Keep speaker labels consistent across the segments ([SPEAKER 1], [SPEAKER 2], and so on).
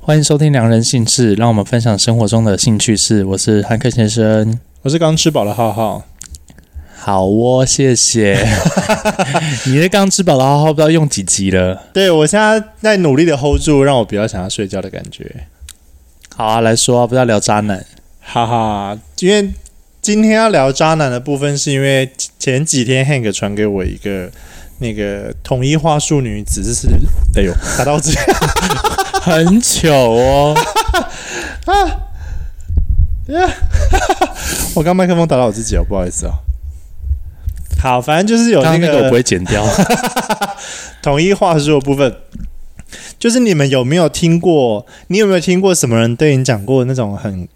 [SPEAKER 1] 欢迎收听《良人兴趣》，让我们分享生活中的兴趣事。我是汉克先生。
[SPEAKER 2] 我是刚吃饱的浩浩，
[SPEAKER 1] 好哦，谢谢。 你那刚吃饱的浩浩不知道用几集了。
[SPEAKER 2] 对我现在在努力的 hold 住，让我不要想要睡觉的感觉，
[SPEAKER 1] 好啊，来说啊，不要聊渣男。
[SPEAKER 2] 哈哈。因为今天要聊渣男的部分，是因为前几天 Hank 传给我一个那个统一话术女子是，哎 呦，打到这，
[SPEAKER 1] 很糗哦，
[SPEAKER 2] 我刚麦克风打到我自己哦，不好意思哦。好，反正就是有
[SPEAKER 1] 刚
[SPEAKER 2] 那
[SPEAKER 1] 刚那个 我不
[SPEAKER 2] 个
[SPEAKER 1] 会剪掉。
[SPEAKER 2] 统一话术的部分，就是你们有没有听过？你有没有听过什么人对你讲过那种很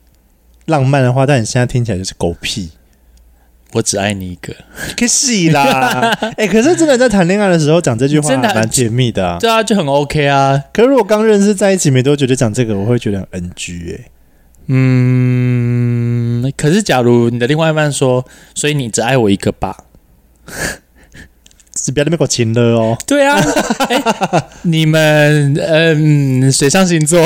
[SPEAKER 2] 浪漫的话，但你现在听起来就是狗屁？
[SPEAKER 1] 我只爱你一个。
[SPEAKER 2] 可以 啦，哎、可是真的在谈恋爱的时候讲这句话
[SPEAKER 1] 真的
[SPEAKER 2] 还蛮甜蜜的啊。
[SPEAKER 1] 对啊，就很 OK 啊。
[SPEAKER 2] 可是如果刚认识在一起没多久就讲这个，我会觉得很 NG 哎、
[SPEAKER 1] 嗯，可是假如你的另外一半说，所以你只爱我一个吧？
[SPEAKER 2] 是不要那边给我亲了 哦。
[SPEAKER 1] 对啊， 哎、你们嗯，水象星座，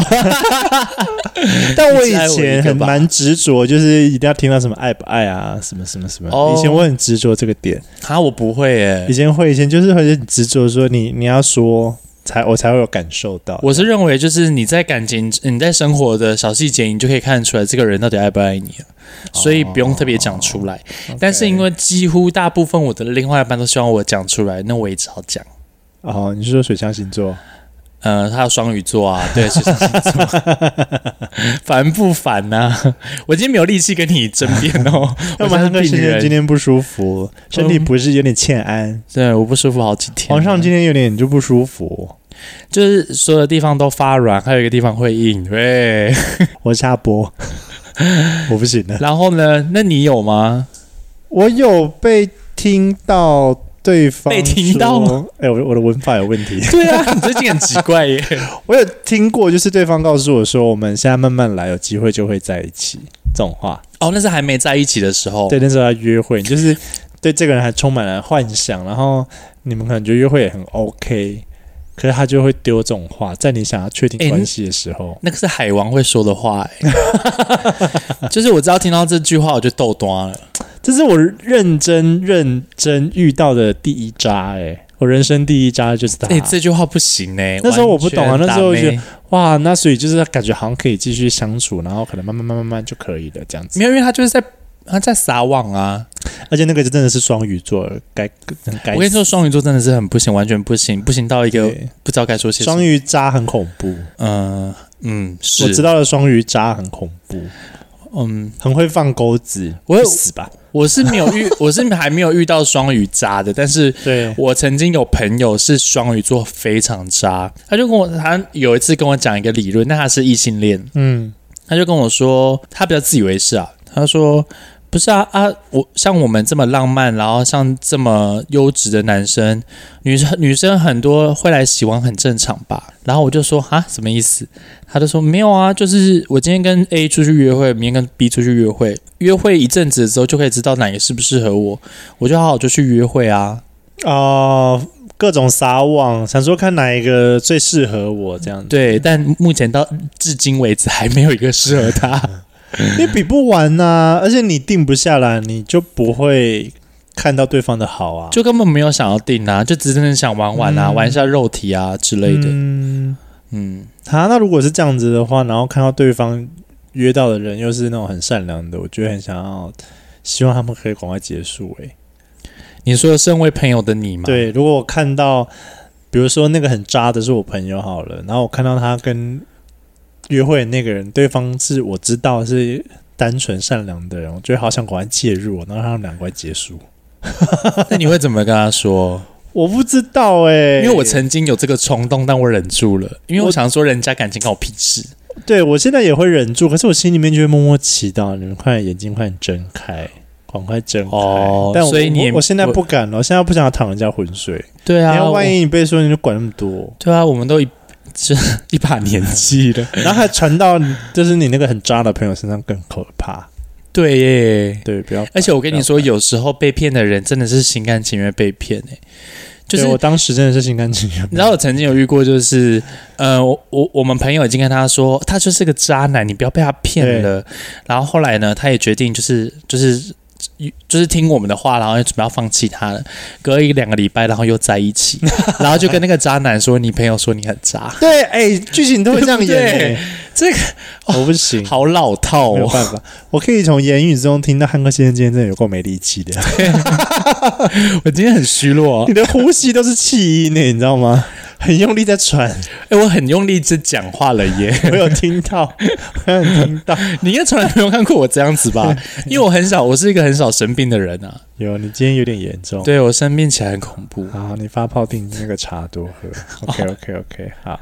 [SPEAKER 2] 但我以
[SPEAKER 1] 你只爱我一
[SPEAKER 2] 前
[SPEAKER 1] 个
[SPEAKER 2] 很
[SPEAKER 1] 吧
[SPEAKER 2] 蛮执着，就是一定要听到什么爱不爱啊，什么什么什么。
[SPEAKER 1] 哦
[SPEAKER 2] 以前我很执着这个点，
[SPEAKER 1] 啊，我不会耶、
[SPEAKER 2] 以前会以前就是会很执着说你你要说才我才会有感受到。
[SPEAKER 1] 我是认为，就是你在感情、你在生活的小细节，你就可以看得出来这个人到底爱不爱你了，
[SPEAKER 2] 哦
[SPEAKER 1] 所以不用特别讲出来。但是因为几乎大部分我的另外一半都希望我讲出来，那我也只好讲。
[SPEAKER 2] 哦，你是说水象星座？
[SPEAKER 1] 呃，他有双鱼座啊， 对，水象星座，烦不烦呐、 我今天没有力气跟你争辩哦，
[SPEAKER 2] 要
[SPEAKER 1] 我
[SPEAKER 2] 不
[SPEAKER 1] 像
[SPEAKER 2] 然那个
[SPEAKER 1] 病
[SPEAKER 2] 先生今
[SPEAKER 1] 人，
[SPEAKER 2] 天不舒服，身体不是有点欠安。
[SPEAKER 1] 对，我不舒服好几天了。
[SPEAKER 2] 嗯皇上今天有点就不舒服，
[SPEAKER 1] 就是所有的地方都发软，还有一个地方会硬，对。
[SPEAKER 2] 我下 播，我不行了。
[SPEAKER 1] 然后呢？那你有吗？
[SPEAKER 2] 我有被听到对方
[SPEAKER 1] 被听到吗
[SPEAKER 2] 说？哎、我我的文法有问题。
[SPEAKER 1] 对啊， 你最近很奇怪耶。
[SPEAKER 2] 我有听过，就是对方告诉我说，我们现在慢慢来，有机会就会在一起这种话。
[SPEAKER 1] 哦，那是还没在一起的时候。
[SPEAKER 2] 对，那时候要约会，就是对这个人还充满了幻想，然后你们可能觉得约会也很 OK，可是他就会丢这种话，在你想要确定
[SPEAKER 1] 哎
[SPEAKER 2] 关
[SPEAKER 1] 那
[SPEAKER 2] 系的时候。
[SPEAKER 1] 那个是海王会说的话、欸， 就是我只要听到这句话我就逗端了。
[SPEAKER 2] 这是我认真认真遇到的第一渣、哎，我人生第一渣就是他。
[SPEAKER 1] 哎、这句话不行哎、
[SPEAKER 2] 啊那时候我不懂啊
[SPEAKER 1] 完全
[SPEAKER 2] 那时候我觉得
[SPEAKER 1] 打妹
[SPEAKER 2] 哇，那所以就是感觉好像可以继续相处，然后可能慢慢慢慢慢慢就可以了这样子。
[SPEAKER 1] 没有，因为他就是在他在撒网啊。
[SPEAKER 2] 嗯而且那个就真的是双鱼座，该该
[SPEAKER 1] 我跟你说，双鱼座真的是很不行，完全不行，不行到一个
[SPEAKER 2] 对
[SPEAKER 1] 不知道该说些什
[SPEAKER 2] 双
[SPEAKER 1] 么。
[SPEAKER 2] 鱼渣很恐怖，
[SPEAKER 1] 嗯、嗯，是
[SPEAKER 2] 我知，道了，双鱼渣很恐怖，
[SPEAKER 1] 嗯，
[SPEAKER 2] 很会放钩子，
[SPEAKER 1] 我有
[SPEAKER 2] 去死吧。
[SPEAKER 1] 我是没 有遇，我是还没有遇到双鱼渣的，但是
[SPEAKER 2] 对，
[SPEAKER 1] 我曾经有朋友是双鱼座非常渣，他就跟我，他有一次跟我讲一个理论，那他是异性恋，
[SPEAKER 2] 嗯，
[SPEAKER 1] 他就跟我说，他比较自以为是啊。他说：“不是啊啊，我像我们这么浪漫，然后像这么优质的男生，女生女生很多会来喜欢，很正常吧？”然后我就说：“啊，什么意思？”他就说：“没有啊，就是我今天跟 A 出去约会，明天跟 B 出去约会，约会一阵子之后就可以知道哪个适不适合我，我就好好就去约会啊。
[SPEAKER 2] 哦、各种撒网，想说看哪一个最适合我这样”子，
[SPEAKER 1] 对，但目前到至今为止还没有一个适合他。
[SPEAKER 2] 因为比不完呐、而且你定不下来，你就不会看到对方的好啊，
[SPEAKER 1] 就根本没有想要定啊，就只是想玩玩啊，
[SPEAKER 2] 嗯
[SPEAKER 1] 玩一下肉体啊之类的。
[SPEAKER 2] 嗯
[SPEAKER 1] 嗯，
[SPEAKER 2] 啊，那如果是这样子的话，然后看到对方约到的人又是那种很善良的，我觉得很想要，希望他们可以赶快结束、欸。
[SPEAKER 1] 你说身为朋友的你嘛，，
[SPEAKER 2] 对，如果我看到，比如说那个很渣的是我朋友好了，然后我看到他跟约会的那个人，对方是我知道是单纯善良的人，我觉得好想赶快介入，然后让他们两个快结束。
[SPEAKER 1] 那你会怎么跟他 说？
[SPEAKER 2] 我不知道哎、
[SPEAKER 1] 因为我曾经有这个冲动，但我忍住了，因为我
[SPEAKER 2] 我
[SPEAKER 1] 想说人家感情关我屁事。
[SPEAKER 2] 对我现在也会忍住，可是我心里面就会默默祈祷，你们快点眼睛快点睁开，赶快睁开。
[SPEAKER 1] 哦
[SPEAKER 2] 但我
[SPEAKER 1] 所以你也
[SPEAKER 2] 我我现在
[SPEAKER 1] 我
[SPEAKER 2] 不敢了，我现在不想要淌人家浑水。
[SPEAKER 1] 对
[SPEAKER 2] 然
[SPEAKER 1] 啊，
[SPEAKER 2] 后万
[SPEAKER 1] 我
[SPEAKER 2] 一你被说，你就管那么多，
[SPEAKER 1] 对啊，我们都一 这一把年 纪了，
[SPEAKER 2] 然后还传到你就是你那个很渣的朋友身上更可怕。
[SPEAKER 1] 对啊耶。
[SPEAKER 2] 对，不要。
[SPEAKER 1] 而且我跟你说，
[SPEAKER 2] 不要
[SPEAKER 1] 有时候被骗的人真的是心甘情愿被骗诶、就是
[SPEAKER 2] 对我当时真的是心甘情愿。
[SPEAKER 1] 你知道我曾经有遇过，就是呃，我我我们朋友已经跟他说，他就是个渣男，你不要被他骗了。然后后来呢，他也决定就是就是就是听我们的话，然后就准备要放弃他了。隔一两个礼拜，然后又在一 起，然后就跟那个渣男说，你朋友说你很渣，
[SPEAKER 2] 对，哎、剧情都会这样演、
[SPEAKER 1] 对
[SPEAKER 2] 哎
[SPEAKER 1] 这个
[SPEAKER 2] 我不行。
[SPEAKER 1] 好老套
[SPEAKER 2] 没有
[SPEAKER 1] 哦。
[SPEAKER 2] 办法，我可以从言语之中听到汉克先生今天真的有够没力气的，
[SPEAKER 1] 我今天很哦虚弱
[SPEAKER 2] 你，的呼吸都是气音呢，你知道吗？ 很用力在喘，
[SPEAKER 1] 哎，我很用力在讲话了耶。
[SPEAKER 2] 我有听到， 我有听到。
[SPEAKER 1] 你应该从来没有看过我这样子吧？因为我很少，我是一个很少生病的人啊。
[SPEAKER 2] 有，你今天有点严重。
[SPEAKER 1] 对我生病起来很恐怖。
[SPEAKER 2] 好，你发泡定那个茶多喝。OK OK OK，好。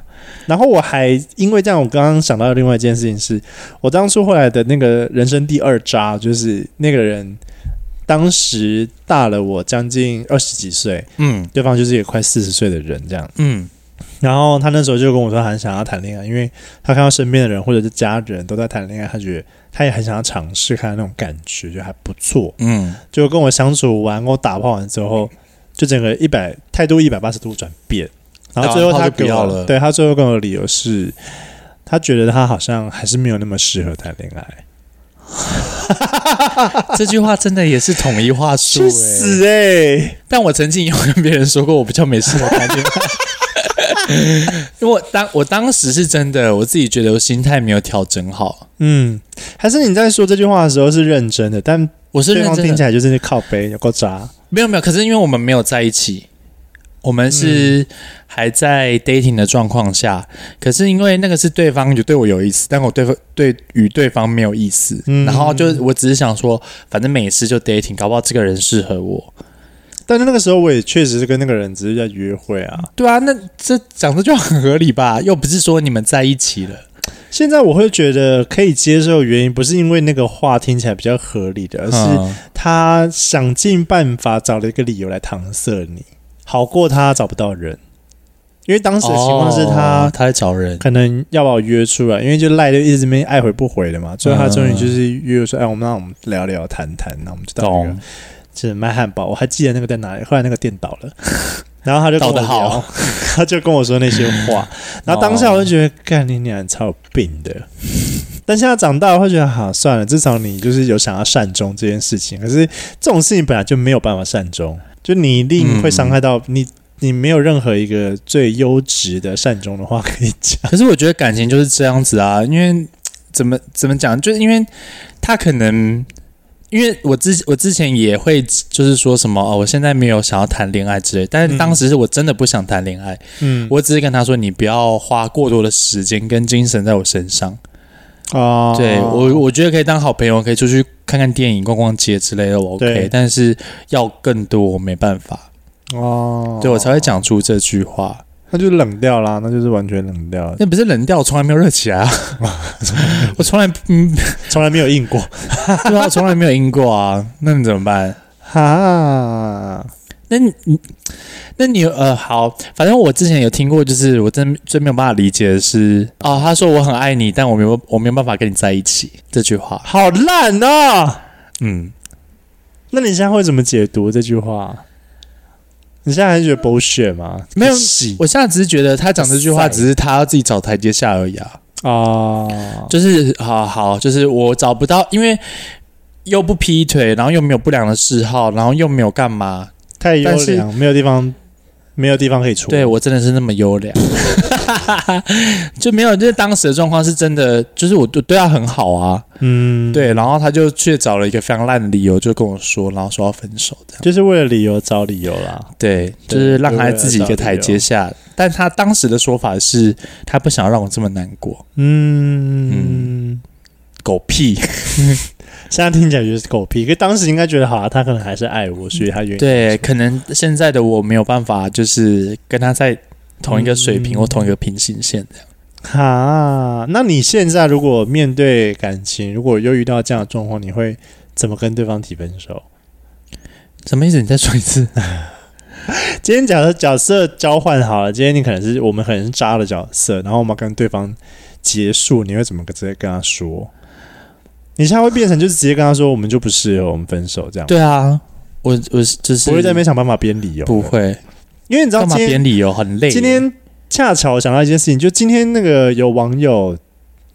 [SPEAKER 2] 然后我还因为这样，我刚刚想到另外一件事情是，我当初后来的那个人生第二渣，就是那个人当时大了我将近二十几岁，
[SPEAKER 1] 嗯
[SPEAKER 2] 对方就是一个快四十岁的人这样。
[SPEAKER 1] 嗯。
[SPEAKER 2] 然后他那时候就跟我说，他很想要谈恋爱，因为他看到身边的人或者是家人都在谈恋爱，他觉得他也很想要尝试看看那种感觉，就还不错。
[SPEAKER 1] 嗯
[SPEAKER 2] 就跟我相处完，跟我打炮完之后，就整个一百态度一百八十度转变。然后最后
[SPEAKER 1] 打完
[SPEAKER 2] 他
[SPEAKER 1] 炮就不
[SPEAKER 2] 给我
[SPEAKER 1] 要了
[SPEAKER 2] 对他最后跟我的理由是，他觉得他好像还是没有那么适合谈恋爱。，
[SPEAKER 1] 这句话真的也是统一话术、 欸。
[SPEAKER 2] 去死哎、
[SPEAKER 1] 但我曾经有跟别人说过，我比较没适合谈恋爱，因为我当我当时是真的，我自己觉得我心态没有调整好，
[SPEAKER 2] 嗯，还是你在说这句话的时候是认真的，但
[SPEAKER 1] 我是
[SPEAKER 2] 对
[SPEAKER 1] 认
[SPEAKER 2] 方
[SPEAKER 1] 真
[SPEAKER 2] 听起
[SPEAKER 1] 的，
[SPEAKER 2] 来就是靠背有够渣。
[SPEAKER 1] 没有没有。可是因为我们没有在一起，我们是
[SPEAKER 2] 嗯
[SPEAKER 1] 还在 dating 的状况下，可是因为那个是对方有对我有意思，但我对对与对方没有意思，
[SPEAKER 2] 嗯
[SPEAKER 1] 然后就我只是想说，反正每次就 dating，搞不好这个人适合我，
[SPEAKER 2] 但是那个时候我也确实是跟那个人只是在约会啊。
[SPEAKER 1] 对啊，那这讲的就很合理吧？又不是说你们在一起了，
[SPEAKER 2] 现在我会觉得可以接受，原因不是因为那个话听起来比较合理的，而是
[SPEAKER 1] 嗯
[SPEAKER 2] 他想尽办法找了一个理由来搪塞你，好过他找不到人。因为当时的情况是
[SPEAKER 1] 哦
[SPEAKER 2] 他
[SPEAKER 1] 他在找人，
[SPEAKER 2] 可能要把我约出来，因为就赖就一直没爱回不回的嘛。最后他终于就是约我说：“哎，我们让我们聊聊谈谈。”那我们就到那个
[SPEAKER 1] 懂？
[SPEAKER 2] 就是卖汉堡，我还记得那个在哪里。后来那个店倒了， 然后他就跟我
[SPEAKER 1] 倒得好
[SPEAKER 2] 聊，他就跟我说那些 话。然后当下
[SPEAKER 1] 哦
[SPEAKER 2] 我就觉得，干你娘，超有病的。但现在长大了会觉得，好算了，至少你就是有想要善终这件事情。可是这种事情本来就没有办法善终，就你一定会
[SPEAKER 1] 嗯
[SPEAKER 2] 伤害到你。你没有任何一个最优质的善终的话可以 讲，
[SPEAKER 1] 可是我觉得感情就是这样子啊，因为怎么怎么讲，就是因为他可能。因为我之我之前也会就是说什么哦，我现在没有想要谈恋爱之类，但是当时是我真的不想谈恋爱，
[SPEAKER 2] 嗯，
[SPEAKER 1] 我只是跟他说你不要花过多的时间跟精神在我身上。
[SPEAKER 2] 啊
[SPEAKER 1] 哦对我，我觉得可以当好朋友，可以出去看看电影、逛逛街之类的，我
[SPEAKER 2] 对
[SPEAKER 1] OK。但是要更多，我没办法，
[SPEAKER 2] 哦，
[SPEAKER 1] 对我才会，讲出这句话。
[SPEAKER 2] 那就冷掉啦，那就是完全冷掉了，
[SPEAKER 1] 那不是冷掉，我从来没有热起 来啊！我从来嗯，
[SPEAKER 2] 从来没有硬过，
[SPEAKER 1] 对啊，我从来没有赢过啊。那你怎么办？
[SPEAKER 2] 哈，
[SPEAKER 1] 那你，那你呃，好，反正我之前有听过，就是我真最没有办法理解的是，哦，他说我很爱你，但我没有我没有办法跟你在一起这句话。
[SPEAKER 2] 好烂哦！
[SPEAKER 1] 嗯，
[SPEAKER 2] 那你现在会怎么解读这句话？你现在还觉得 bullshit 吗？
[SPEAKER 1] 没有
[SPEAKER 2] 洗
[SPEAKER 1] 我现在只是觉得他讲这句
[SPEAKER 2] 哇
[SPEAKER 1] 话，
[SPEAKER 2] 塞
[SPEAKER 1] 只是他要自己找台阶下而已啊。
[SPEAKER 2] 啊，
[SPEAKER 1] 就是好好，就是我找不到，因为又不劈腿，然后又没有不良的嗜好，然后又没有干嘛，
[SPEAKER 2] 太优
[SPEAKER 1] 但是
[SPEAKER 2] 良，没有地方，没有地方可以出。
[SPEAKER 1] 对我真的是那么优良， 就没有，就是当时的状况是真的，就是我对对他很好啊，
[SPEAKER 2] 嗯，，
[SPEAKER 1] 对，然后他就去找了一个非常烂的理由，就跟我说，然后说要分手这样，
[SPEAKER 2] 就是为了理由找理由啦。
[SPEAKER 1] 对，就
[SPEAKER 2] 对
[SPEAKER 1] 是让他自己一个台阶下，但他当时的说法是他不想让我这么难过，
[SPEAKER 2] 嗯，
[SPEAKER 1] 狗屁，
[SPEAKER 2] 现在听起来就是狗屁，可当时应该觉得好啊，他可能还是爱我，所以他愿意。
[SPEAKER 1] 对，可能现在的我没有办法，就是跟他在同一个水平
[SPEAKER 2] 嗯
[SPEAKER 1] 或同一个平行线这样。
[SPEAKER 2] 哈，那你现在如果面对感情，如果又遇到这样的状况，你会怎么跟对方提分手？
[SPEAKER 1] 什么意思？你再说一 次？
[SPEAKER 2] 今天假设角色交换好了，今天你可能是我们可能是渣的角色，然后我们要跟对方结束，你会怎么直接跟他说？你现在会变成就是直接跟他说，我们就不适合，我们分手这样，
[SPEAKER 1] 对啊，我我是就是
[SPEAKER 2] 不会在那边想办法编理由，
[SPEAKER 1] 不，会，
[SPEAKER 2] 因为你知道
[SPEAKER 1] 干嘛
[SPEAKER 2] 今天
[SPEAKER 1] 编理由很累？
[SPEAKER 2] 今天恰巧想到一件事情，就今天那个有网友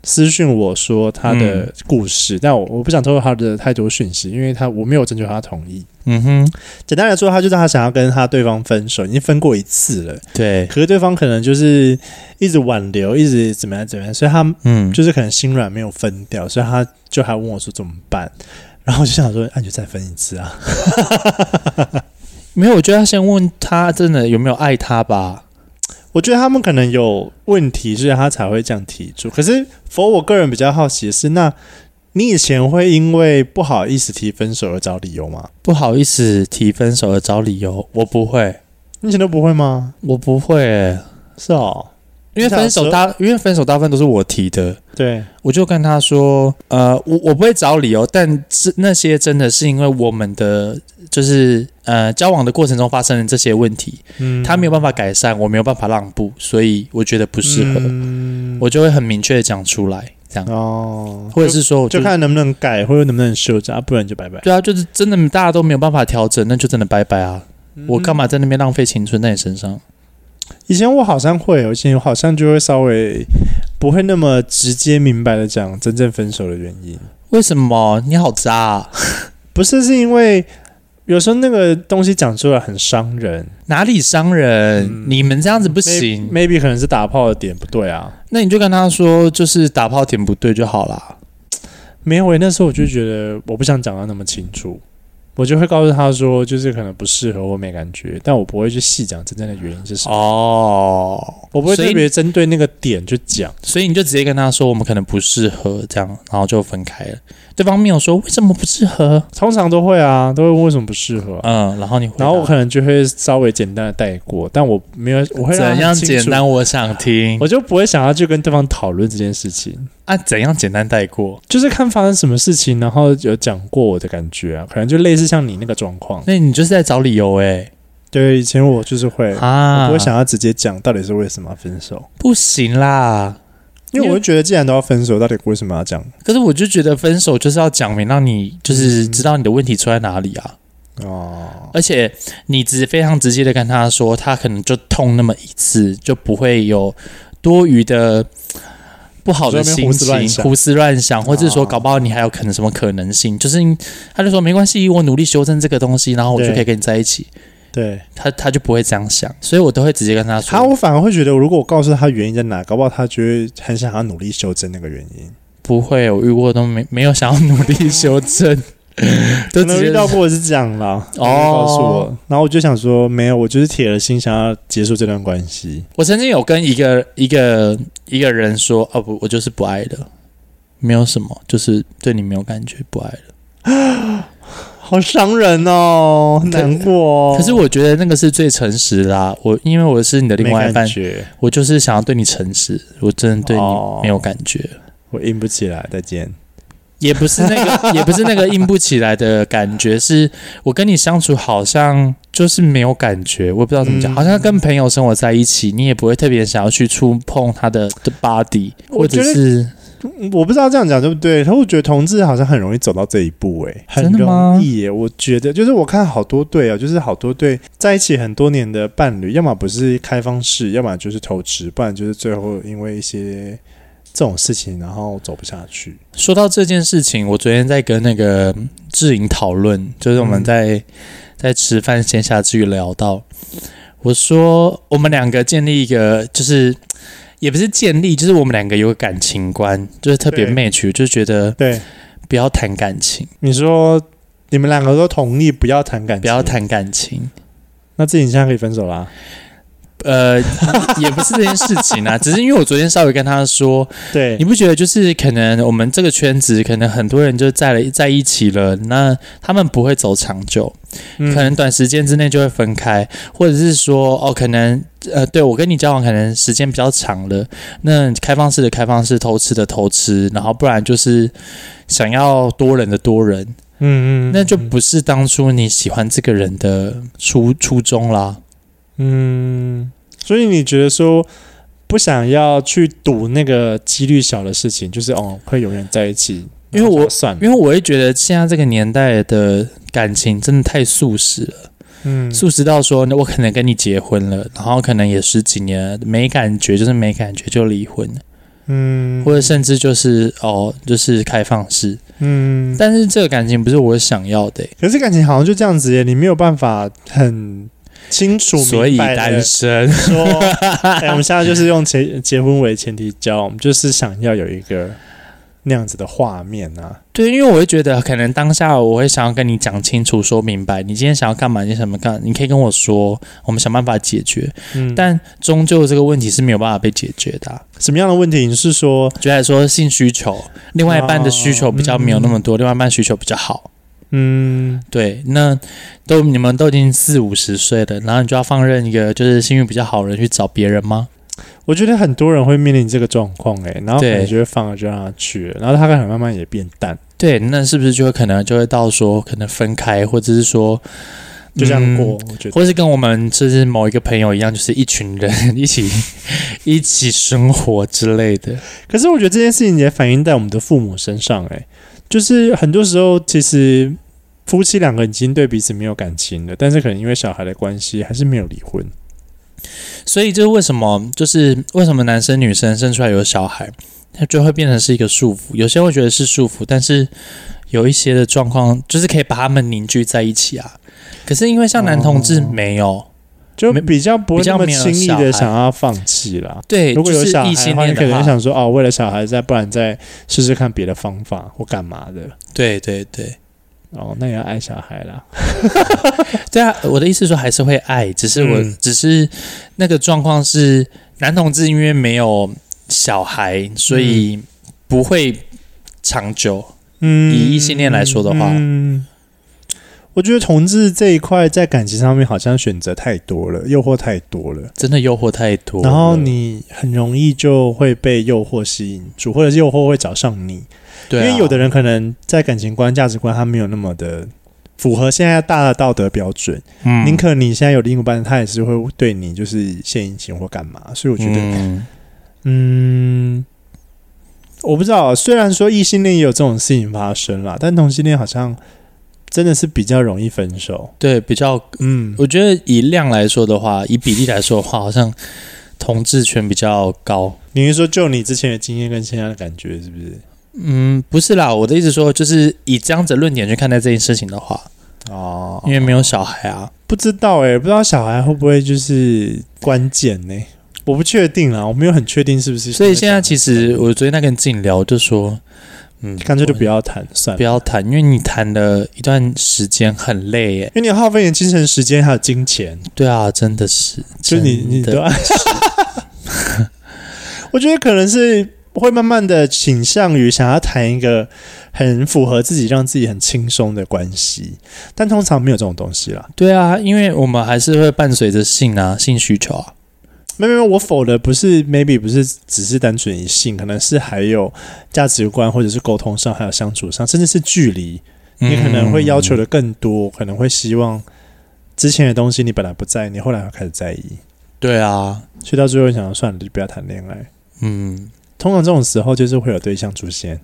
[SPEAKER 2] 私讯我说他的故事，但我我不想透露他的太多讯息，因为他我没有征求他同意。
[SPEAKER 1] 嗯哼，
[SPEAKER 2] 简单来说，他就是他想要跟他对方分手，已经分过一次了，
[SPEAKER 1] 对，
[SPEAKER 2] 可是对方可能就是一直挽留，一直怎么样怎么样，所以他
[SPEAKER 1] 嗯，
[SPEAKER 2] 就是可能心软没有分掉，所以他就还问我说怎么办。然后我就想说，那、你就再分一次啊！
[SPEAKER 1] 没有，我觉得他先问他真的有没有爱他吧。
[SPEAKER 2] 我觉得他们可能有问题，所以他才会这样提出。可是，否我个人比较好奇的是，那你以前会因为不好意思提分手而找理由吗？
[SPEAKER 1] 不好意思提分手而找理由，我不会，
[SPEAKER 2] 你以前都不会吗？
[SPEAKER 1] 我不会欸、
[SPEAKER 2] 是哦，
[SPEAKER 1] 因为分手大，因为分手大部分都是我提的，
[SPEAKER 2] 对，
[SPEAKER 1] 我就跟他说，呃，我我不会找理由，但是那些真的是因为我们的就是呃交往的过程中发生的这些问题，
[SPEAKER 2] 嗯
[SPEAKER 1] 他没有办法改善，我没有办法让步，所以我觉得不
[SPEAKER 2] 不
[SPEAKER 1] 适合，
[SPEAKER 2] 嗯、
[SPEAKER 1] 我就会很明确的讲出来，这样，
[SPEAKER 2] 哦，
[SPEAKER 1] 或者是说我
[SPEAKER 2] 就就看能不能改，或者能不能修正，啊、不然就拜拜。
[SPEAKER 1] 对啊，就是真的大家都没有办法调整，那就真的拜拜啊！
[SPEAKER 2] 嗯
[SPEAKER 1] 我干嘛在那边浪费青春在你身上？
[SPEAKER 2] 以前我好像会，以前我好像就会稍微不会那么直接明白的讲真正分手的原因。
[SPEAKER 1] 为什么你好渣、啊？
[SPEAKER 2] 不是是因为有时候那个东西讲出来很伤人，
[SPEAKER 1] 哪里伤人？
[SPEAKER 2] 嗯
[SPEAKER 1] 你们这样子不
[SPEAKER 2] 不
[SPEAKER 1] 行。
[SPEAKER 2] Maybe 可能是打炮的点不对啊。
[SPEAKER 1] 那你就跟他说，就是打炮点不对就好啦。
[SPEAKER 2] 没有、欸，那时候我就觉得我不想讲到那么清楚，我就会告诉他说，就是可能不适合，我没感觉，但我不会去细讲真正的原因是什么，
[SPEAKER 1] 哦，
[SPEAKER 2] 我不会
[SPEAKER 1] 所以
[SPEAKER 2] 特别针对那个点去讲。
[SPEAKER 1] 所以你就直接跟他说，我们可能不适合这样，然后就分开了。对方没有说为什么不适合，
[SPEAKER 2] 通常都会啊，都会问为什么不适合啊、
[SPEAKER 1] 嗯，然后你回答
[SPEAKER 2] 然后我可能就会稍微简单的带过，但我没有，我会让他
[SPEAKER 1] 怎样
[SPEAKER 2] 很清楚
[SPEAKER 1] 简，单？我想听
[SPEAKER 2] 我就不会想要去跟对方讨论这件事情。
[SPEAKER 1] 啊，怎样简单带过？
[SPEAKER 2] 就是看发生什么事情，然后有讲过我的感觉啊，可能就类似像你那个状况。
[SPEAKER 1] 那你就是在找理由哎、
[SPEAKER 2] 对，以前我就是会，
[SPEAKER 1] 啊，
[SPEAKER 2] 我不会想要直接讲到底是为什么要分手，
[SPEAKER 1] 不行啦。
[SPEAKER 2] 因为我会觉得既然都要分手，到底为什么要讲？
[SPEAKER 1] 可是我就觉得分手就是要讲明，让你就是知道你的问题出在哪里啊。
[SPEAKER 2] 哦，
[SPEAKER 1] 而且你只非常直接的跟他说，他可能就痛那么一次，就不会有多余的不好的
[SPEAKER 2] 在那
[SPEAKER 1] 心
[SPEAKER 2] 边胡思乱
[SPEAKER 1] 情、
[SPEAKER 2] 想
[SPEAKER 1] 胡思乱想，或者说
[SPEAKER 2] 哦
[SPEAKER 1] 搞不好你还有可能什么可能性，就是他就说没关系，我努力修正这个东西，然后我就
[SPEAKER 2] 对
[SPEAKER 1] 可以跟你在一起。
[SPEAKER 2] 对，
[SPEAKER 1] 他他就不会这样想，啊所以我都会直接跟他说。
[SPEAKER 2] 他我反而会觉得，如果我告诉他原因在哪，搞不好他就会很想要努力修正那个原因。
[SPEAKER 1] 不会，我遇过都没没有想要努力修 正，都直
[SPEAKER 2] 可能
[SPEAKER 1] 接
[SPEAKER 2] 遇到过是这样啦，
[SPEAKER 1] 哦
[SPEAKER 2] 他就告诉我，然后我就想说，没有，我就是铁了心想要结束这段关系。
[SPEAKER 1] 我曾经有跟一个一个一个人说，哦不，我就是不爱了，没有什么，就是对你没有感觉，不爱了。
[SPEAKER 2] 好伤人哦，
[SPEAKER 1] 可
[SPEAKER 2] 难过、哦。
[SPEAKER 1] 可是我觉得那个是最诚实的啊，我因为我是你的另外
[SPEAKER 2] 没
[SPEAKER 1] 一半
[SPEAKER 2] 感，觉，
[SPEAKER 1] 我就是想要对你诚实，我真的对你没有感觉，
[SPEAKER 2] 我硬不起来，再见。
[SPEAKER 1] 也不是那 个也不是那个硬不起来的感觉，是我跟你相处好像就是没有感觉，我也不知道怎么讲，
[SPEAKER 2] 嗯
[SPEAKER 1] 好像跟朋友生活在一起，你也不会特别想要去触碰他的的 body，或
[SPEAKER 2] 我觉
[SPEAKER 1] 者
[SPEAKER 2] 得
[SPEAKER 1] 是。
[SPEAKER 2] 我不知道这样讲对不对，可是我觉得同志好像很容易走到这一步、欸，很
[SPEAKER 1] 真的吗
[SPEAKER 2] 容易、欸。我觉得就是我看好多对啊，就是好多对在一起很多年的伴侣，要么不是开放式，要么就是投掷，不然就是最后因为一些这种事情，然后走不下去。
[SPEAKER 1] 说到这件事情，我昨天在跟那个志颖讨论，就是我们
[SPEAKER 2] 嗯
[SPEAKER 1] 在、在吃饭线下之余聊到，我说我们两个建立一个，就是也不是建立，就是我们两个有个感情观，就是特别
[SPEAKER 2] 对
[SPEAKER 1] match，就是觉得
[SPEAKER 2] 对，
[SPEAKER 1] 不要谈感情，
[SPEAKER 2] 你说你们两个都同意不要谈感情，
[SPEAKER 1] 不要，谈感情。
[SPEAKER 2] 那自己现在可以分手啦、
[SPEAKER 1] 呃，也不是这件事情啊，只是因为我昨天稍微跟他说，
[SPEAKER 2] 对
[SPEAKER 1] 你，不觉得就是可能我们这个圈子，可能很多人就在了在一起了，那他们不会走长久，
[SPEAKER 2] 嗯
[SPEAKER 1] 可能短时间之内就会分开，或者是说哦，可能呃，对我跟你交往可能时间比较长了，那开放式的开放式，偷吃的偷吃，然后不然就是想要多人的多人，
[SPEAKER 2] 嗯嗯，
[SPEAKER 1] 那就
[SPEAKER 2] 嗯
[SPEAKER 1] 不是当初你喜欢这个人的初初衷啦。
[SPEAKER 2] 嗯，所以你觉得说不想要去赌那个几率小的事情，就是哦会永远在一起，
[SPEAKER 1] 因为我
[SPEAKER 2] 然后就算了
[SPEAKER 1] 因为我会觉得现在这个年代的感情真的太速食了，
[SPEAKER 2] 嗯，
[SPEAKER 1] 素食到说，那我可能跟你结婚了，然后可能也十几年了没感觉，就是没感觉就离婚，
[SPEAKER 2] 嗯，
[SPEAKER 1] 或者甚至就是哦，就是开放式。
[SPEAKER 2] 嗯，
[SPEAKER 1] 但是这个感情不是我想要的、欸
[SPEAKER 2] 可是感情好像就这样子耶，你没有办法很清楚
[SPEAKER 1] 所以
[SPEAKER 2] 明白
[SPEAKER 1] 单
[SPEAKER 2] 的
[SPEAKER 1] 身。
[SPEAKER 2] 说，哎，我们现在就是用结结婚为前提交，我们就是想要有一个那样子的画面啊。
[SPEAKER 1] 对，因为我会觉得，可能当下我会想要跟你讲清楚、说明白，你今天想要干嘛，你想要干，你可以跟我说，我们想办法解决。
[SPEAKER 2] 嗯，
[SPEAKER 1] 但终究这个问题是没有办法被解决的、啊。
[SPEAKER 2] 什么样的问题？你是说，
[SPEAKER 1] 举例来说，性需求，另外一半的需求比较没有那么多，另外一半需求比较好。
[SPEAKER 2] 嗯
[SPEAKER 1] 对，那都你们都已经四五十岁了，然后你就要放任一个就是性欲比较好的人去找别人吗？
[SPEAKER 2] 我觉得很多人会面临这个状况哎，然后可能
[SPEAKER 1] 对
[SPEAKER 2] 就会放了就让他去了，然后他可能慢慢也变淡，
[SPEAKER 1] 对，那是不是就会可能就会到说可能分开，或者是说
[SPEAKER 2] 就这样
[SPEAKER 1] 嗯
[SPEAKER 2] 过。我觉得，
[SPEAKER 1] 或是跟我们就是某一个朋友一样，就是一群人 一起一起生活之类的。
[SPEAKER 2] 可是我觉得这件事情也反映在我们的父母身上哎，就是很多时候其实夫妻两个已经对彼此没有感情了，但是可能因为小孩的关系还是没有离婚。
[SPEAKER 1] 所以就是为什么，就是为什么男生女生生出来有小孩，他就会变成是一个束缚。有些会觉得是束缚，但是有一些的状况就是可以把他们凝聚在一起啊。可是因为像男同志
[SPEAKER 2] 哦
[SPEAKER 1] 没有，
[SPEAKER 2] 就
[SPEAKER 1] 没
[SPEAKER 2] 比较不会
[SPEAKER 1] 比
[SPEAKER 2] 那
[SPEAKER 1] 较
[SPEAKER 2] 么
[SPEAKER 1] 没有
[SPEAKER 2] 轻易
[SPEAKER 1] 小
[SPEAKER 2] 的
[SPEAKER 1] 孩
[SPEAKER 2] 想要放弃啦。
[SPEAKER 1] 对，
[SPEAKER 2] 如果有
[SPEAKER 1] 就是
[SPEAKER 2] 小孩
[SPEAKER 1] 异
[SPEAKER 2] 的
[SPEAKER 1] 性
[SPEAKER 2] 话，你
[SPEAKER 1] 恋
[SPEAKER 2] 可
[SPEAKER 1] 的
[SPEAKER 2] 能
[SPEAKER 1] 话，
[SPEAKER 2] 想说哦，为了小孩，再不然再试试看别的方法或干嘛的。
[SPEAKER 1] 对对对，
[SPEAKER 2] 哦，那也要爱小孩啦。
[SPEAKER 1] 对啊。我的意思是说还是会爱，只是我、
[SPEAKER 2] 嗯
[SPEAKER 1] 只是那个状况是男同志因为没有小孩，所以不会长久。
[SPEAKER 2] 嗯
[SPEAKER 1] 以异性恋来说的话
[SPEAKER 2] 嗯，我觉得同志这一块在感情上面好像选择太多了，诱惑太多了，
[SPEAKER 1] 真的诱惑太多了，
[SPEAKER 2] 然后你很容易就会被诱惑吸引住，或者是诱惑会找上你。
[SPEAKER 1] 对、啊，
[SPEAKER 2] 因为有的人可能在感情观、价值观，他没有那么的符合现在大的道德标准。
[SPEAKER 1] 嗯
[SPEAKER 2] 宁可你现在有另一半，他也是会对你就是献殷勤或干嘛，所以我觉得，
[SPEAKER 1] 嗯
[SPEAKER 2] 嗯我不知道。虽然说异性恋也有这种事情发生啦，但同性恋好像真的是比较容易分手。
[SPEAKER 1] 对比较，
[SPEAKER 2] 嗯，
[SPEAKER 1] 我觉得以量来说的话，以比例来说的话，好像同志权比较高。
[SPEAKER 2] 你是说就你之前的经验跟现在的感觉是不是？
[SPEAKER 1] 嗯，不是啦，我的意思说，就是以这样子的论点去看待这件事情的话，
[SPEAKER 2] 哦，
[SPEAKER 1] 因为没有小孩啊，
[SPEAKER 2] 不知道哎、不知道小孩会不会就是关键呢、我不确定啦，我没有很确定是不是。
[SPEAKER 1] 所以现在其实我昨天在跟自己聊，我就说，嗯，
[SPEAKER 2] 干脆就不
[SPEAKER 1] 要
[SPEAKER 2] 要谈算了
[SPEAKER 1] 不，要谈，因为你谈了一段时间很累耶。
[SPEAKER 2] 因为你要耗费你的精神、时间还有金钱。
[SPEAKER 1] 对啊，真的是，
[SPEAKER 2] 就你
[SPEAKER 1] 真
[SPEAKER 2] 你
[SPEAKER 1] 的
[SPEAKER 2] 都， 我觉得可能是会慢慢的倾向于想要谈一个很符合自己、让自己很轻松的关系，但通常没有这种东西啦。
[SPEAKER 1] 对啊，因为我们还是会伴随着性啊性需求啊，
[SPEAKER 2] 没有没有，我否的不是 maybe 不是只是单纯一性，可能是还有价值观或者是沟通上，还有相处上，甚至是距离，你可能会要求
[SPEAKER 1] 嗯
[SPEAKER 2] 的更多，可能会希望之前的东西你本来不在意，你后来会开始在意，
[SPEAKER 1] 对啊，
[SPEAKER 2] 所以到最后想要算了，就不要谈恋爱。
[SPEAKER 1] 嗯，
[SPEAKER 2] 通常这种时候就是会有对象出现，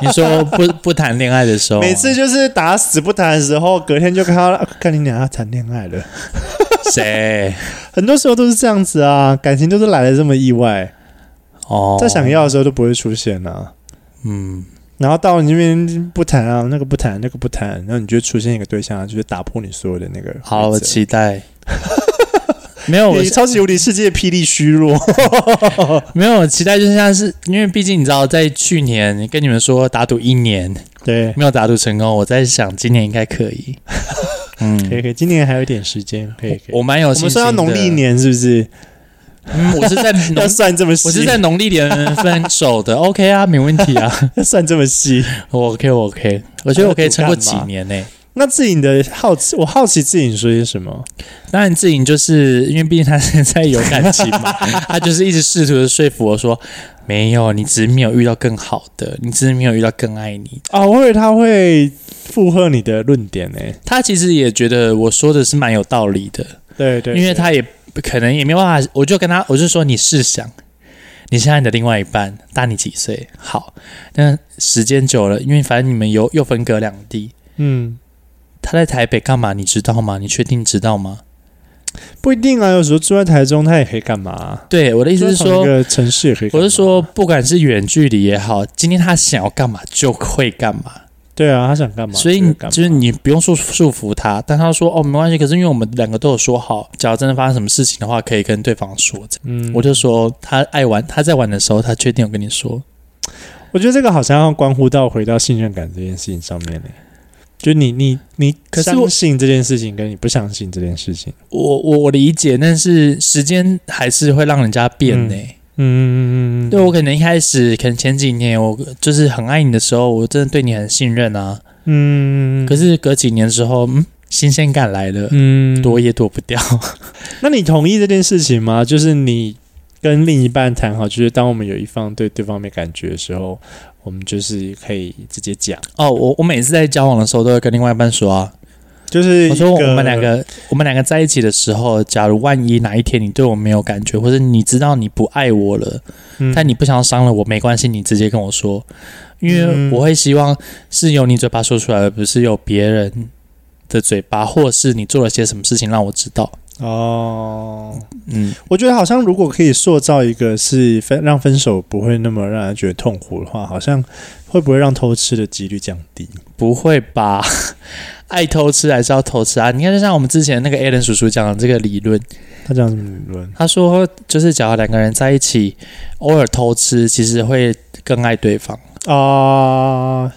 [SPEAKER 1] 你说不 不谈恋爱的时候啊，
[SPEAKER 2] 每次就是打死不谈的时候，隔天就看 到啊看你俩谈恋爱了。
[SPEAKER 1] 谁
[SPEAKER 2] 很多时候都是这样子啊，感情都是来的这么意外，
[SPEAKER 1] 哦，
[SPEAKER 2] 在想要的时候都不会出现啊。
[SPEAKER 1] 嗯，
[SPEAKER 2] 然后到你那边不谈啊，那个不谈，那个不谈，然后你就会出现一个对象啊，就是打破你所有的那个规则。
[SPEAKER 1] 好，我期 待。没有，我
[SPEAKER 2] 你超级无敌世界霹雳虚 弱。
[SPEAKER 1] 没有我期待，就像是因为毕竟你知道，在去年跟你们说打赌一年
[SPEAKER 2] 对，
[SPEAKER 1] 没有打赌成功，我在想今年应该可以。
[SPEAKER 2] 可
[SPEAKER 1] 嗯，
[SPEAKER 2] 以可以，今年还有一点时间，可以可以。
[SPEAKER 1] 我蛮有
[SPEAKER 2] 我
[SPEAKER 1] 信
[SPEAKER 2] 们
[SPEAKER 1] 心的。
[SPEAKER 2] 算到农历，年是不是？
[SPEAKER 1] 嗯，我是 在农
[SPEAKER 2] 要，算这么细，
[SPEAKER 1] 我是在农历年分手的。OK 啊，没问题啊，
[SPEAKER 2] 要算这么细。
[SPEAKER 1] 我 OK 我 OK，我觉得我可以撑过几年呢、
[SPEAKER 2] 那自己的好奇，我好奇自己说些什么？
[SPEAKER 1] 当然，志颖就是因为毕竟他现在有感情嘛， 他就是一直试图的说服我说，没有，你只是没有遇到更好的，你只是没有遇到更爱你。
[SPEAKER 2] 啊，我以为他会附和你的论点呢、
[SPEAKER 1] 他其实也觉得我说的是蛮有道理的，
[SPEAKER 2] 对对
[SPEAKER 1] 因为他也可能也没有办法，我就跟他，我就说你试想，你现在你的另外一半大你几岁？好，那时间久了，因为反正你们有又分隔两地，
[SPEAKER 2] 嗯，
[SPEAKER 1] 他在台北干嘛？你知道吗？你确定知道吗？
[SPEAKER 2] 不一定啊，有时候住在台中，他也可以干嘛、啊？
[SPEAKER 1] 对，我的意思是
[SPEAKER 2] 住在同一
[SPEAKER 1] 说，
[SPEAKER 2] 个城市也可以干
[SPEAKER 1] 我
[SPEAKER 2] 嘛。
[SPEAKER 1] 是说，不管是远距离也好，今天他想要干嘛就会干嘛。
[SPEAKER 2] 对啊，他想干嘛？
[SPEAKER 1] 所以
[SPEAKER 2] 就
[SPEAKER 1] 你
[SPEAKER 2] 干嘛
[SPEAKER 1] 就是你不用束束缚他，但他说哦没关系，可是因为我们两个都有说好，假如真的发生什么事情的话，可以跟对方说。这样
[SPEAKER 2] 嗯，
[SPEAKER 1] 我就说他爱玩，他在玩的时候，他确定有跟你说，
[SPEAKER 2] 我觉得这个好像要关乎到回到信任感这件事情上面呢、就你你你
[SPEAKER 1] 可是我
[SPEAKER 2] 相信这件事情，跟你不相信这件事情，
[SPEAKER 1] 我我我理解，但是时间还是会让人家变呢、
[SPEAKER 2] 嗯，
[SPEAKER 1] 对我可能一开始，可能前几年我就是很爱你的时候，我真的对你很信任啊，
[SPEAKER 2] 嗯，
[SPEAKER 1] 可是隔几年之后，嗯，新鲜感来了，
[SPEAKER 2] 嗯，
[SPEAKER 1] 躲也躲不掉。
[SPEAKER 2] 那你同意这件事情吗？就是你跟另一半谈好，就是当我们有一方对对方没感觉的时候，我们就是可以直接讲，
[SPEAKER 1] 哦，我我每次在交往的时候，都会跟另外一半说啊，
[SPEAKER 2] 就是
[SPEAKER 1] 我说
[SPEAKER 2] 一
[SPEAKER 1] 我们两个，我们两个在一起的时候，假如万一哪一天你对我没有感觉，或者你知道你不爱我了，
[SPEAKER 2] 嗯
[SPEAKER 1] 但你不想要伤了我，没关系，你直接跟我说，因为
[SPEAKER 2] 嗯
[SPEAKER 1] 我会希望是由你嘴巴说出来，而不是由别人的嘴巴，或是你做了些什么事情让我知道。
[SPEAKER 2] 哦，
[SPEAKER 1] 嗯，
[SPEAKER 2] 我觉得好像如果可以塑造一个是分让分手不会那么让人觉得痛苦的话，好像会不会让偷吃的几率降低？
[SPEAKER 1] 不会吧？ 爱偷吃还是要偷吃啊？你看，就像我们之前那个 a l n 叔叔讲的这个理论，
[SPEAKER 2] 他这样怎么理论？
[SPEAKER 1] 他说，就是假如两个人在一起，偶尔偷吃，其实会更爱对方。
[SPEAKER 2] 啊、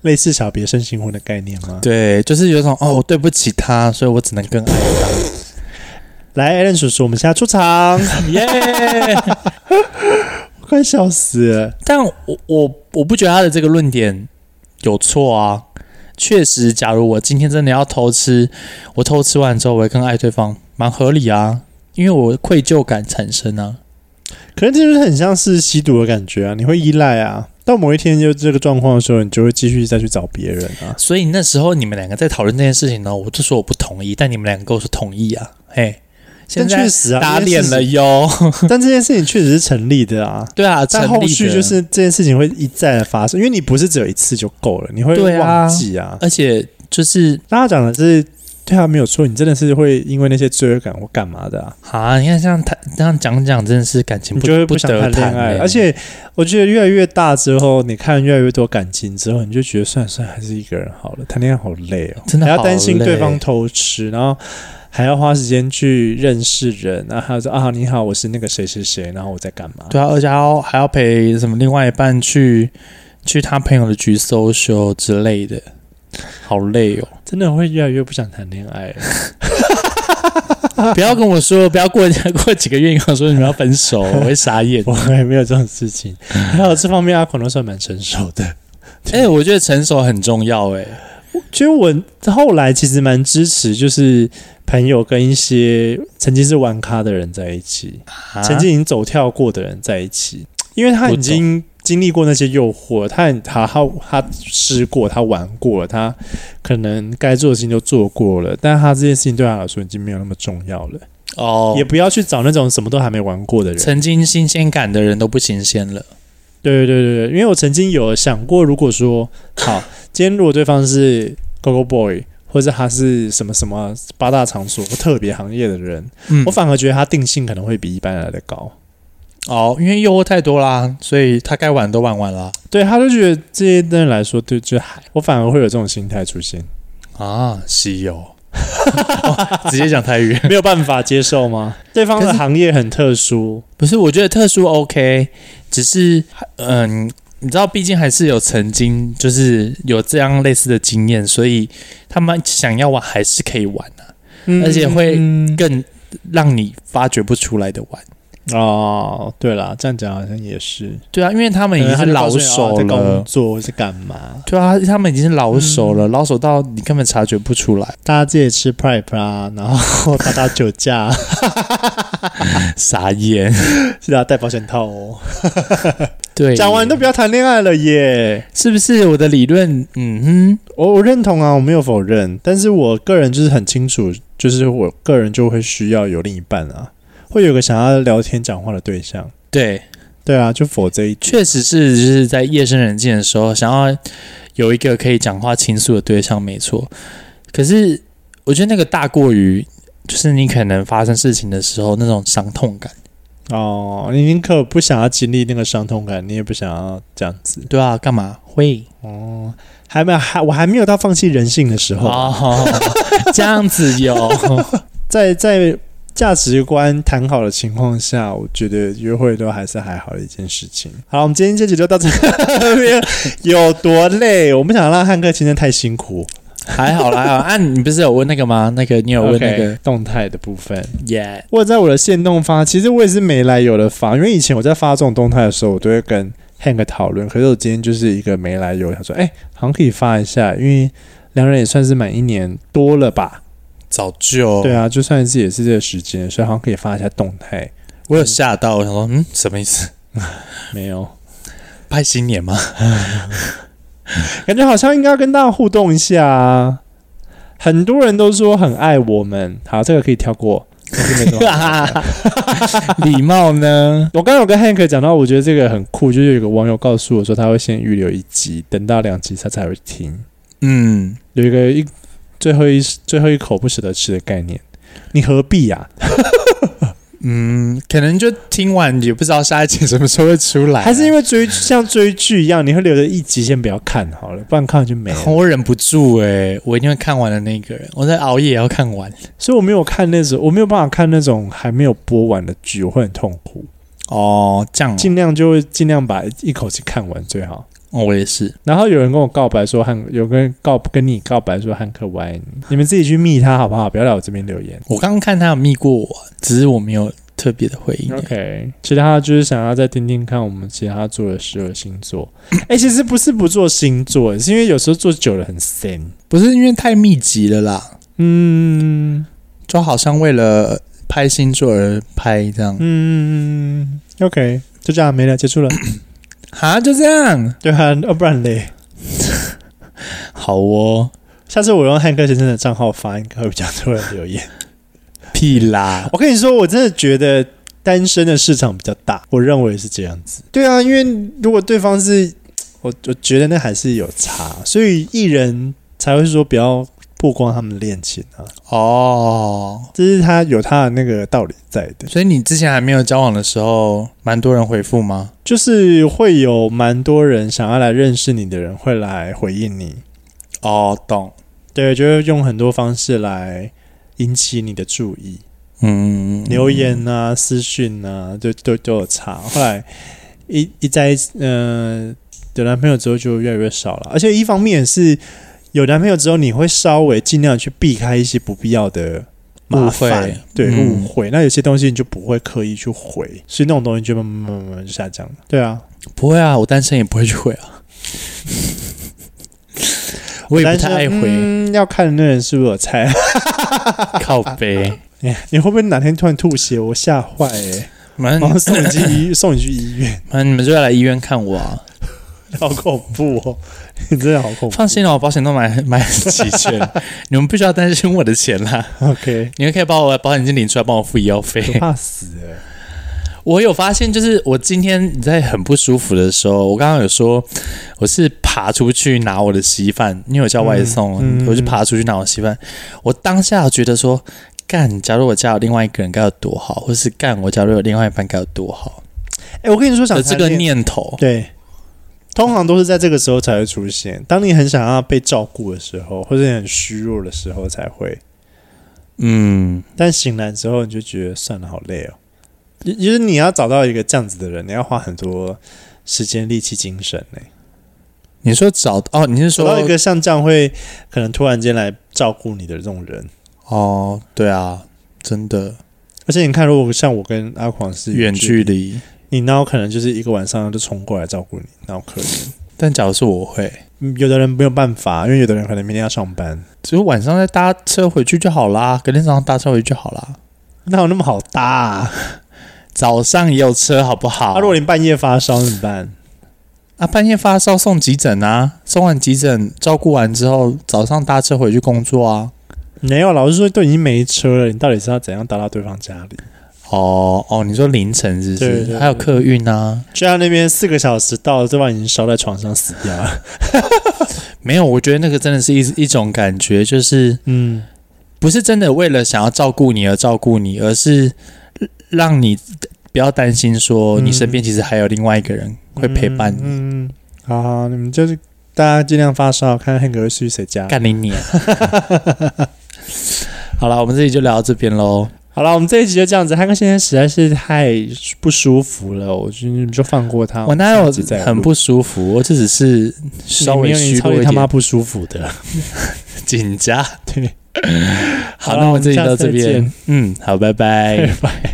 [SPEAKER 2] 类似小别胜新婚的概念吗？
[SPEAKER 1] 对，就是有一种哦，我对不起他，所以我只能更爱他。
[SPEAKER 2] 来，Allen 叔叔，我们现在出场，
[SPEAKER 1] 耶、
[SPEAKER 2] 快笑死了。
[SPEAKER 1] 但我我我不觉得他的这个论点有错啊。确实，假如我今天真的要偷吃，我偷吃完之后，我会更爱对方，蛮合理啊，因为我愧疚感产生啊。
[SPEAKER 2] 可是这就是很像是吸毒的感觉啊，你会依赖啊。到某一天就这个状况的时候，你就会继续再去找别人啊。
[SPEAKER 1] 所以那时候你们两个在讨论这件事情呢，我就说我不同意，但你们两个跟我说同意啊，嘿，现
[SPEAKER 2] 但确
[SPEAKER 1] 在
[SPEAKER 2] 实啊，
[SPEAKER 1] 打
[SPEAKER 2] 这件
[SPEAKER 1] 脸
[SPEAKER 2] 事
[SPEAKER 1] 了哟。
[SPEAKER 2] 情。但这件事情确实是成立的啊。
[SPEAKER 1] 对啊，
[SPEAKER 2] 但
[SPEAKER 1] 成立
[SPEAKER 2] 后续
[SPEAKER 1] 的
[SPEAKER 2] 就是这件事情会一再的发生，因为你不是只有一次就够了，你会
[SPEAKER 1] 对啊
[SPEAKER 2] 忘记啊。
[SPEAKER 1] 而且就是
[SPEAKER 2] 大家讲的是对啊，没有错，你真的是会因为那些罪恶感或干嘛的啊，
[SPEAKER 1] 啊，你看像谈这样讲讲，真的是感情
[SPEAKER 2] 你
[SPEAKER 1] 不
[SPEAKER 2] 就会不
[SPEAKER 1] 不
[SPEAKER 2] 想
[SPEAKER 1] 得
[SPEAKER 2] 谈恋爱
[SPEAKER 1] 欸
[SPEAKER 2] 了。而且我觉得越来越大之后，你看越来越多感情之后，你就觉得算了算了，还是一个人好了，谈恋爱好累哦，
[SPEAKER 1] 真的
[SPEAKER 2] 还要
[SPEAKER 1] 好
[SPEAKER 2] 担心对方
[SPEAKER 1] 累
[SPEAKER 2] 偷吃，然后。还要花时间去认识人，然后还要说啊，你好，我是那个谁谁谁，然后我在干嘛？
[SPEAKER 1] 对啊，而且还要还要陪什么另外一半去去他朋友的局 social 之类的，好累 哦！
[SPEAKER 2] 真的会越来越不想谈恋爱了。
[SPEAKER 1] 不要跟我说，不要过 过几个月你跟我说你们要分手，我会傻眼。
[SPEAKER 2] 我也没有这种事情。还有这方面，阿孔都算蛮成熟的。
[SPEAKER 1] 哎、我觉得成熟很重要哎、
[SPEAKER 2] 其实我后来其实蛮支持，就是朋友跟一些曾经是玩咖的人在一起，
[SPEAKER 1] 啊
[SPEAKER 2] 曾经已经走跳过的人在一起，因为他已经经历过那些诱惑，他很他他他吃过，他玩过了，他可能该做的事情都做过了，但他这件事情对他来说已经没有那么重要了。
[SPEAKER 1] 哦
[SPEAKER 2] 也，不要去找那种什么都还没玩过的人。
[SPEAKER 1] 曾经新鲜感的人都不新鲜了。
[SPEAKER 2] 对对对对，因为我曾经有想过，如果说好，今天如果对方是 Go Go Boy，或者他是什么什么八大场所或特别行业的人，
[SPEAKER 1] 嗯
[SPEAKER 2] 我，反而觉得他定性可能会比一般人来的高。
[SPEAKER 1] 哦，因为诱惑太多啦，所以他该玩都玩完了
[SPEAKER 2] 对，他就觉得这些人来说，对，就还我反而会有这种心态 出现，
[SPEAKER 1] 啊，西游、 哦直接讲台 语。
[SPEAKER 2] 没有办法接受吗？对方的
[SPEAKER 1] 可是
[SPEAKER 2] 行业很特殊，
[SPEAKER 1] 不是，我觉得特殊 OK，只是嗯，你知道，毕竟还是有曾经就是有这样类似的经验，所以他们想要玩还是可以玩啊，
[SPEAKER 2] 嗯
[SPEAKER 1] 而且会
[SPEAKER 2] 嗯
[SPEAKER 1] 更让你发掘不出来的玩。
[SPEAKER 2] 哦，对啦，这样讲好像也是，
[SPEAKER 1] 对啊，因为他们已经
[SPEAKER 2] 可
[SPEAKER 1] 是
[SPEAKER 2] 能他
[SPEAKER 1] 老
[SPEAKER 2] 就告诉你
[SPEAKER 1] 手
[SPEAKER 2] 哦在工
[SPEAKER 1] 了。
[SPEAKER 2] 作是干嘛？
[SPEAKER 1] 对啊，他们已经是老手了，老手到你根本察觉不出来，
[SPEAKER 2] 大家自己吃 prep 啊，然后打打酒驾，
[SPEAKER 1] 傻眼。
[SPEAKER 2] 记得要戴保险套哦。
[SPEAKER 1] 对，
[SPEAKER 2] 讲完都不要谈恋爱了耶！
[SPEAKER 1] 是不是我的理论？嗯哼，
[SPEAKER 2] 我我认同啊，我没有否认，但是我个人就是很清楚，就是我个人就会需要有另一半啊，会有个想要聊天讲话的对象。
[SPEAKER 1] 对，
[SPEAKER 2] 对啊，就否这一句。
[SPEAKER 1] 确实是，就是在夜深人静的时候，想要有一个可以讲话倾诉的对象，没错。可是我觉得那个大过于，就是你可能发生事情的时候那种伤痛感，
[SPEAKER 2] 哦，你宁可不想要经历那个伤痛感，你也不想要这样子。
[SPEAKER 1] 对啊，干嘛会
[SPEAKER 2] 哦，还没有，还我还没有到放弃人性的时候，
[SPEAKER 1] 哦， 这样子有
[SPEAKER 2] 在在价值观谈好的情况下，我觉得约会都还是还好的一件事情。好了，我们今天这集就到这边， 有多累？我不想让汉克先生太辛苦。
[SPEAKER 1] 还好啦，还好啊，你不是有问那个吗？那个你有问那个
[SPEAKER 2] OK，动态的部分，
[SPEAKER 1] 耶
[SPEAKER 2] 我有在我的线动发，其实我也是没来由的发，因为以前我在发这种动态的时候，我都会跟 Hank 讨论，可是我今天就是一个没来由，想说，哎、好像可以发一下，因为两人也算是满一年多了吧？
[SPEAKER 1] 早就
[SPEAKER 2] 对啊，就算是也是这个时间，所以好像可以发一下动态。
[SPEAKER 1] 我有吓到，我想说，嗯，什么意思？
[SPEAKER 2] 没有，
[SPEAKER 1] 拜新年吗？
[SPEAKER 2] 感觉好像应该要跟大家互动一下啊。很多人都说很爱我们，好，这个可以跳过。我是没什 么好讲的
[SPEAKER 1] 礼貌呢？
[SPEAKER 2] 我刚刚有跟 Hank 讲到，我觉得这个很酷，就是有一个网友告诉我说，他会先预留一集，等到两集他才会听，
[SPEAKER 1] 嗯，
[SPEAKER 2] 有一个一最后一最后一口不舍得吃的概念。你何必啊呀、
[SPEAKER 1] 嗯，可能就听完也不知道下一集什么时候会出来啊、
[SPEAKER 2] 还是因为追像追剧一样，你会留着一集先不要看好了，不然看了就没 了。
[SPEAKER 1] 我忍不住哎、我一定会看完的那个人，我在熬夜也要看完。
[SPEAKER 2] 所以我没有看那种，我没有办法看那种还没有播完的剧，我会很痛苦。
[SPEAKER 1] 哦，这样哦
[SPEAKER 2] 尽量就会尽量把一口气看完最好。
[SPEAKER 1] 哦我也是，
[SPEAKER 2] 然后有人跟我告白说汉，有个人告跟你告白说汉克我爱你，你们自己去密他好不好？不要来我这边留言。
[SPEAKER 1] 我刚刚看他有密过我，只是我没有特别的回
[SPEAKER 2] 嗯
[SPEAKER 1] 应。
[SPEAKER 2] OK，其他就是想要再听听看我们其他做的十二星座。 哎、其实不是不做星座，是因为有时候做久了很 same。
[SPEAKER 1] 不是因为太密集了啦，
[SPEAKER 2] 嗯
[SPEAKER 1] 就好像为了拍星座而拍这样。
[SPEAKER 2] 嗯，OK，就这样没了，结束了。
[SPEAKER 1] 哈，就这样，
[SPEAKER 2] 对啊，要不然嘞，
[SPEAKER 1] 好哦，
[SPEAKER 2] 下次我用汉克先生的账号发，应该会比较多人留言。
[SPEAKER 1] 屁啦，
[SPEAKER 2] 我跟你说，我真的觉得单身的市场比较大，我认为是这样子。对啊，因为如果对方是我，我觉得那还是有差，所以艺人才会说不要曝光他们的恋情啊，
[SPEAKER 1] 哦，
[SPEAKER 2] 这是他有他的那个道理在的，
[SPEAKER 1] 所以你之前还没有交往的时候，蛮多人回复吗？
[SPEAKER 2] 就是会有蛮多人想要来认识你的人会来回应你，
[SPEAKER 1] 哦，懂，
[SPEAKER 2] 对，就会用很多方式来引起你的注意。
[SPEAKER 1] 嗯，
[SPEAKER 2] 留言啊、私讯啊，都都都有查。后来一一在一起呃有男朋友之后就越来越少了，而且一方面是有男朋友之后，你会稍微尽量去避开一些不必要的麻
[SPEAKER 1] 误会
[SPEAKER 2] 烦，对
[SPEAKER 1] 嗯
[SPEAKER 2] 误会。那有些东西你就不会刻意去回，所以那种东西就慢慢慢慢慢就下降了。对啊，
[SPEAKER 1] 不会啊，我单身也不会去回 啊，我也不太爱
[SPEAKER 2] 但是
[SPEAKER 1] 回，
[SPEAKER 2] 嗯，要看那人是不是有菜。
[SPEAKER 1] 靠 背，
[SPEAKER 2] 你你会不会哪天突然吐血？我吓坏哎！
[SPEAKER 1] 反
[SPEAKER 2] 然
[SPEAKER 1] 正
[SPEAKER 2] 后送你去医送你去医院，
[SPEAKER 1] 反正你们就要来医院看我啊。
[SPEAKER 2] 好恐怖哦！你真的好恐怖。
[SPEAKER 1] 放心了，我哦保险都买买很齐全， 你们不需要担心我的钱啦。
[SPEAKER 2] ，OK。
[SPEAKER 1] 你们可以把我的保险金领出来，帮我付医药
[SPEAKER 2] 可
[SPEAKER 1] 费。
[SPEAKER 2] 怕死哎、
[SPEAKER 1] 我有发现，就是我今天在很不舒服的时候，我刚刚有说我是爬出去拿我的稀饭，因为我叫外送，
[SPEAKER 2] 嗯嗯
[SPEAKER 1] 我就爬出去拿我稀饭。我当下觉得说，干，假如我家有另外一个人该有多好，或是干我假如有另外一半该有多好，
[SPEAKER 2] 哎、我跟你说，想
[SPEAKER 1] 有
[SPEAKER 2] 谈
[SPEAKER 1] 这个
[SPEAKER 2] 恋
[SPEAKER 1] 念头。
[SPEAKER 2] 对，通常都是在这个时候才会出现。当你很想要被照顾的时候，或者你很虚弱的时候才会。
[SPEAKER 1] 嗯，
[SPEAKER 2] 但醒来之后，你就觉得算了，好累哦。也就是你要找到一个这样子的人，你要花很多时间、力气、精神呢、
[SPEAKER 1] 你说找哦，你是
[SPEAKER 2] 找到一
[SPEAKER 1] 说
[SPEAKER 2] 个像这样会可能突然间来照顾你的这种人。
[SPEAKER 1] 哦，对啊，真的
[SPEAKER 2] 而且你看，如果像我跟阿狂是
[SPEAKER 1] 远距
[SPEAKER 2] 离，
[SPEAKER 1] 离。
[SPEAKER 2] 你那我可能就是一个晚上就冲过来照顾你，那我可怜。
[SPEAKER 1] 但假如是我会，
[SPEAKER 2] 嗯有的人没有办法，因为有的人可能明天要上班，
[SPEAKER 1] 只是晚上再搭车回去就好啦，隔天早上搭车回去就好啦。
[SPEAKER 2] 哪有那么好搭啊？
[SPEAKER 1] 早上也有车，好不好？
[SPEAKER 2] 啊如果你半夜发烧怎么办？
[SPEAKER 1] 啊，半夜发烧送急诊啊，送完急诊照顾完之后，早上搭车回去工作啊。
[SPEAKER 2] 没有，老实说都已经没车了，你到底是要怎样搭到对方家里？
[SPEAKER 1] 哦哦，你说凌晨是不
[SPEAKER 2] 对
[SPEAKER 1] 是？
[SPEAKER 2] 对对
[SPEAKER 1] 还有客运啊？
[SPEAKER 2] 就在那边四个小时到了，对方已经烧在床上死掉了。
[SPEAKER 1] 没有，我觉得那个真的是一一种感觉，就是
[SPEAKER 2] 嗯，
[SPEAKER 1] 不是真的为了想要照顾你而照顾你，而是让你不要担心说
[SPEAKER 2] 嗯
[SPEAKER 1] 你身边其实还有另外一个人会陪伴你。
[SPEAKER 2] 嗯，嗯嗯好好，你们就是大家尽量发烧，看看 Hank 会去谁家。
[SPEAKER 1] 干你你、 好了，我们这里就聊到这边喽。
[SPEAKER 2] 好了，我们这一集就这样子。汉克先生实在是太不舒服了，我就你们就放过他。
[SPEAKER 1] 我哪有
[SPEAKER 2] 下集再录
[SPEAKER 1] 很不舒服？我这只是稍微
[SPEAKER 2] 你没有
[SPEAKER 1] 虚
[SPEAKER 2] 你超
[SPEAKER 1] 弱
[SPEAKER 2] 级
[SPEAKER 1] 一
[SPEAKER 2] 他妈
[SPEAKER 1] 点，
[SPEAKER 2] 不舒服的。
[SPEAKER 1] 紧张。
[SPEAKER 2] 对，
[SPEAKER 1] 好，
[SPEAKER 2] 好啦
[SPEAKER 1] 那
[SPEAKER 2] 我
[SPEAKER 1] 我
[SPEAKER 2] 们
[SPEAKER 1] 这里
[SPEAKER 2] 下次
[SPEAKER 1] 到这
[SPEAKER 2] 再见
[SPEAKER 1] 边，嗯，好，拜拜。
[SPEAKER 2] 拜。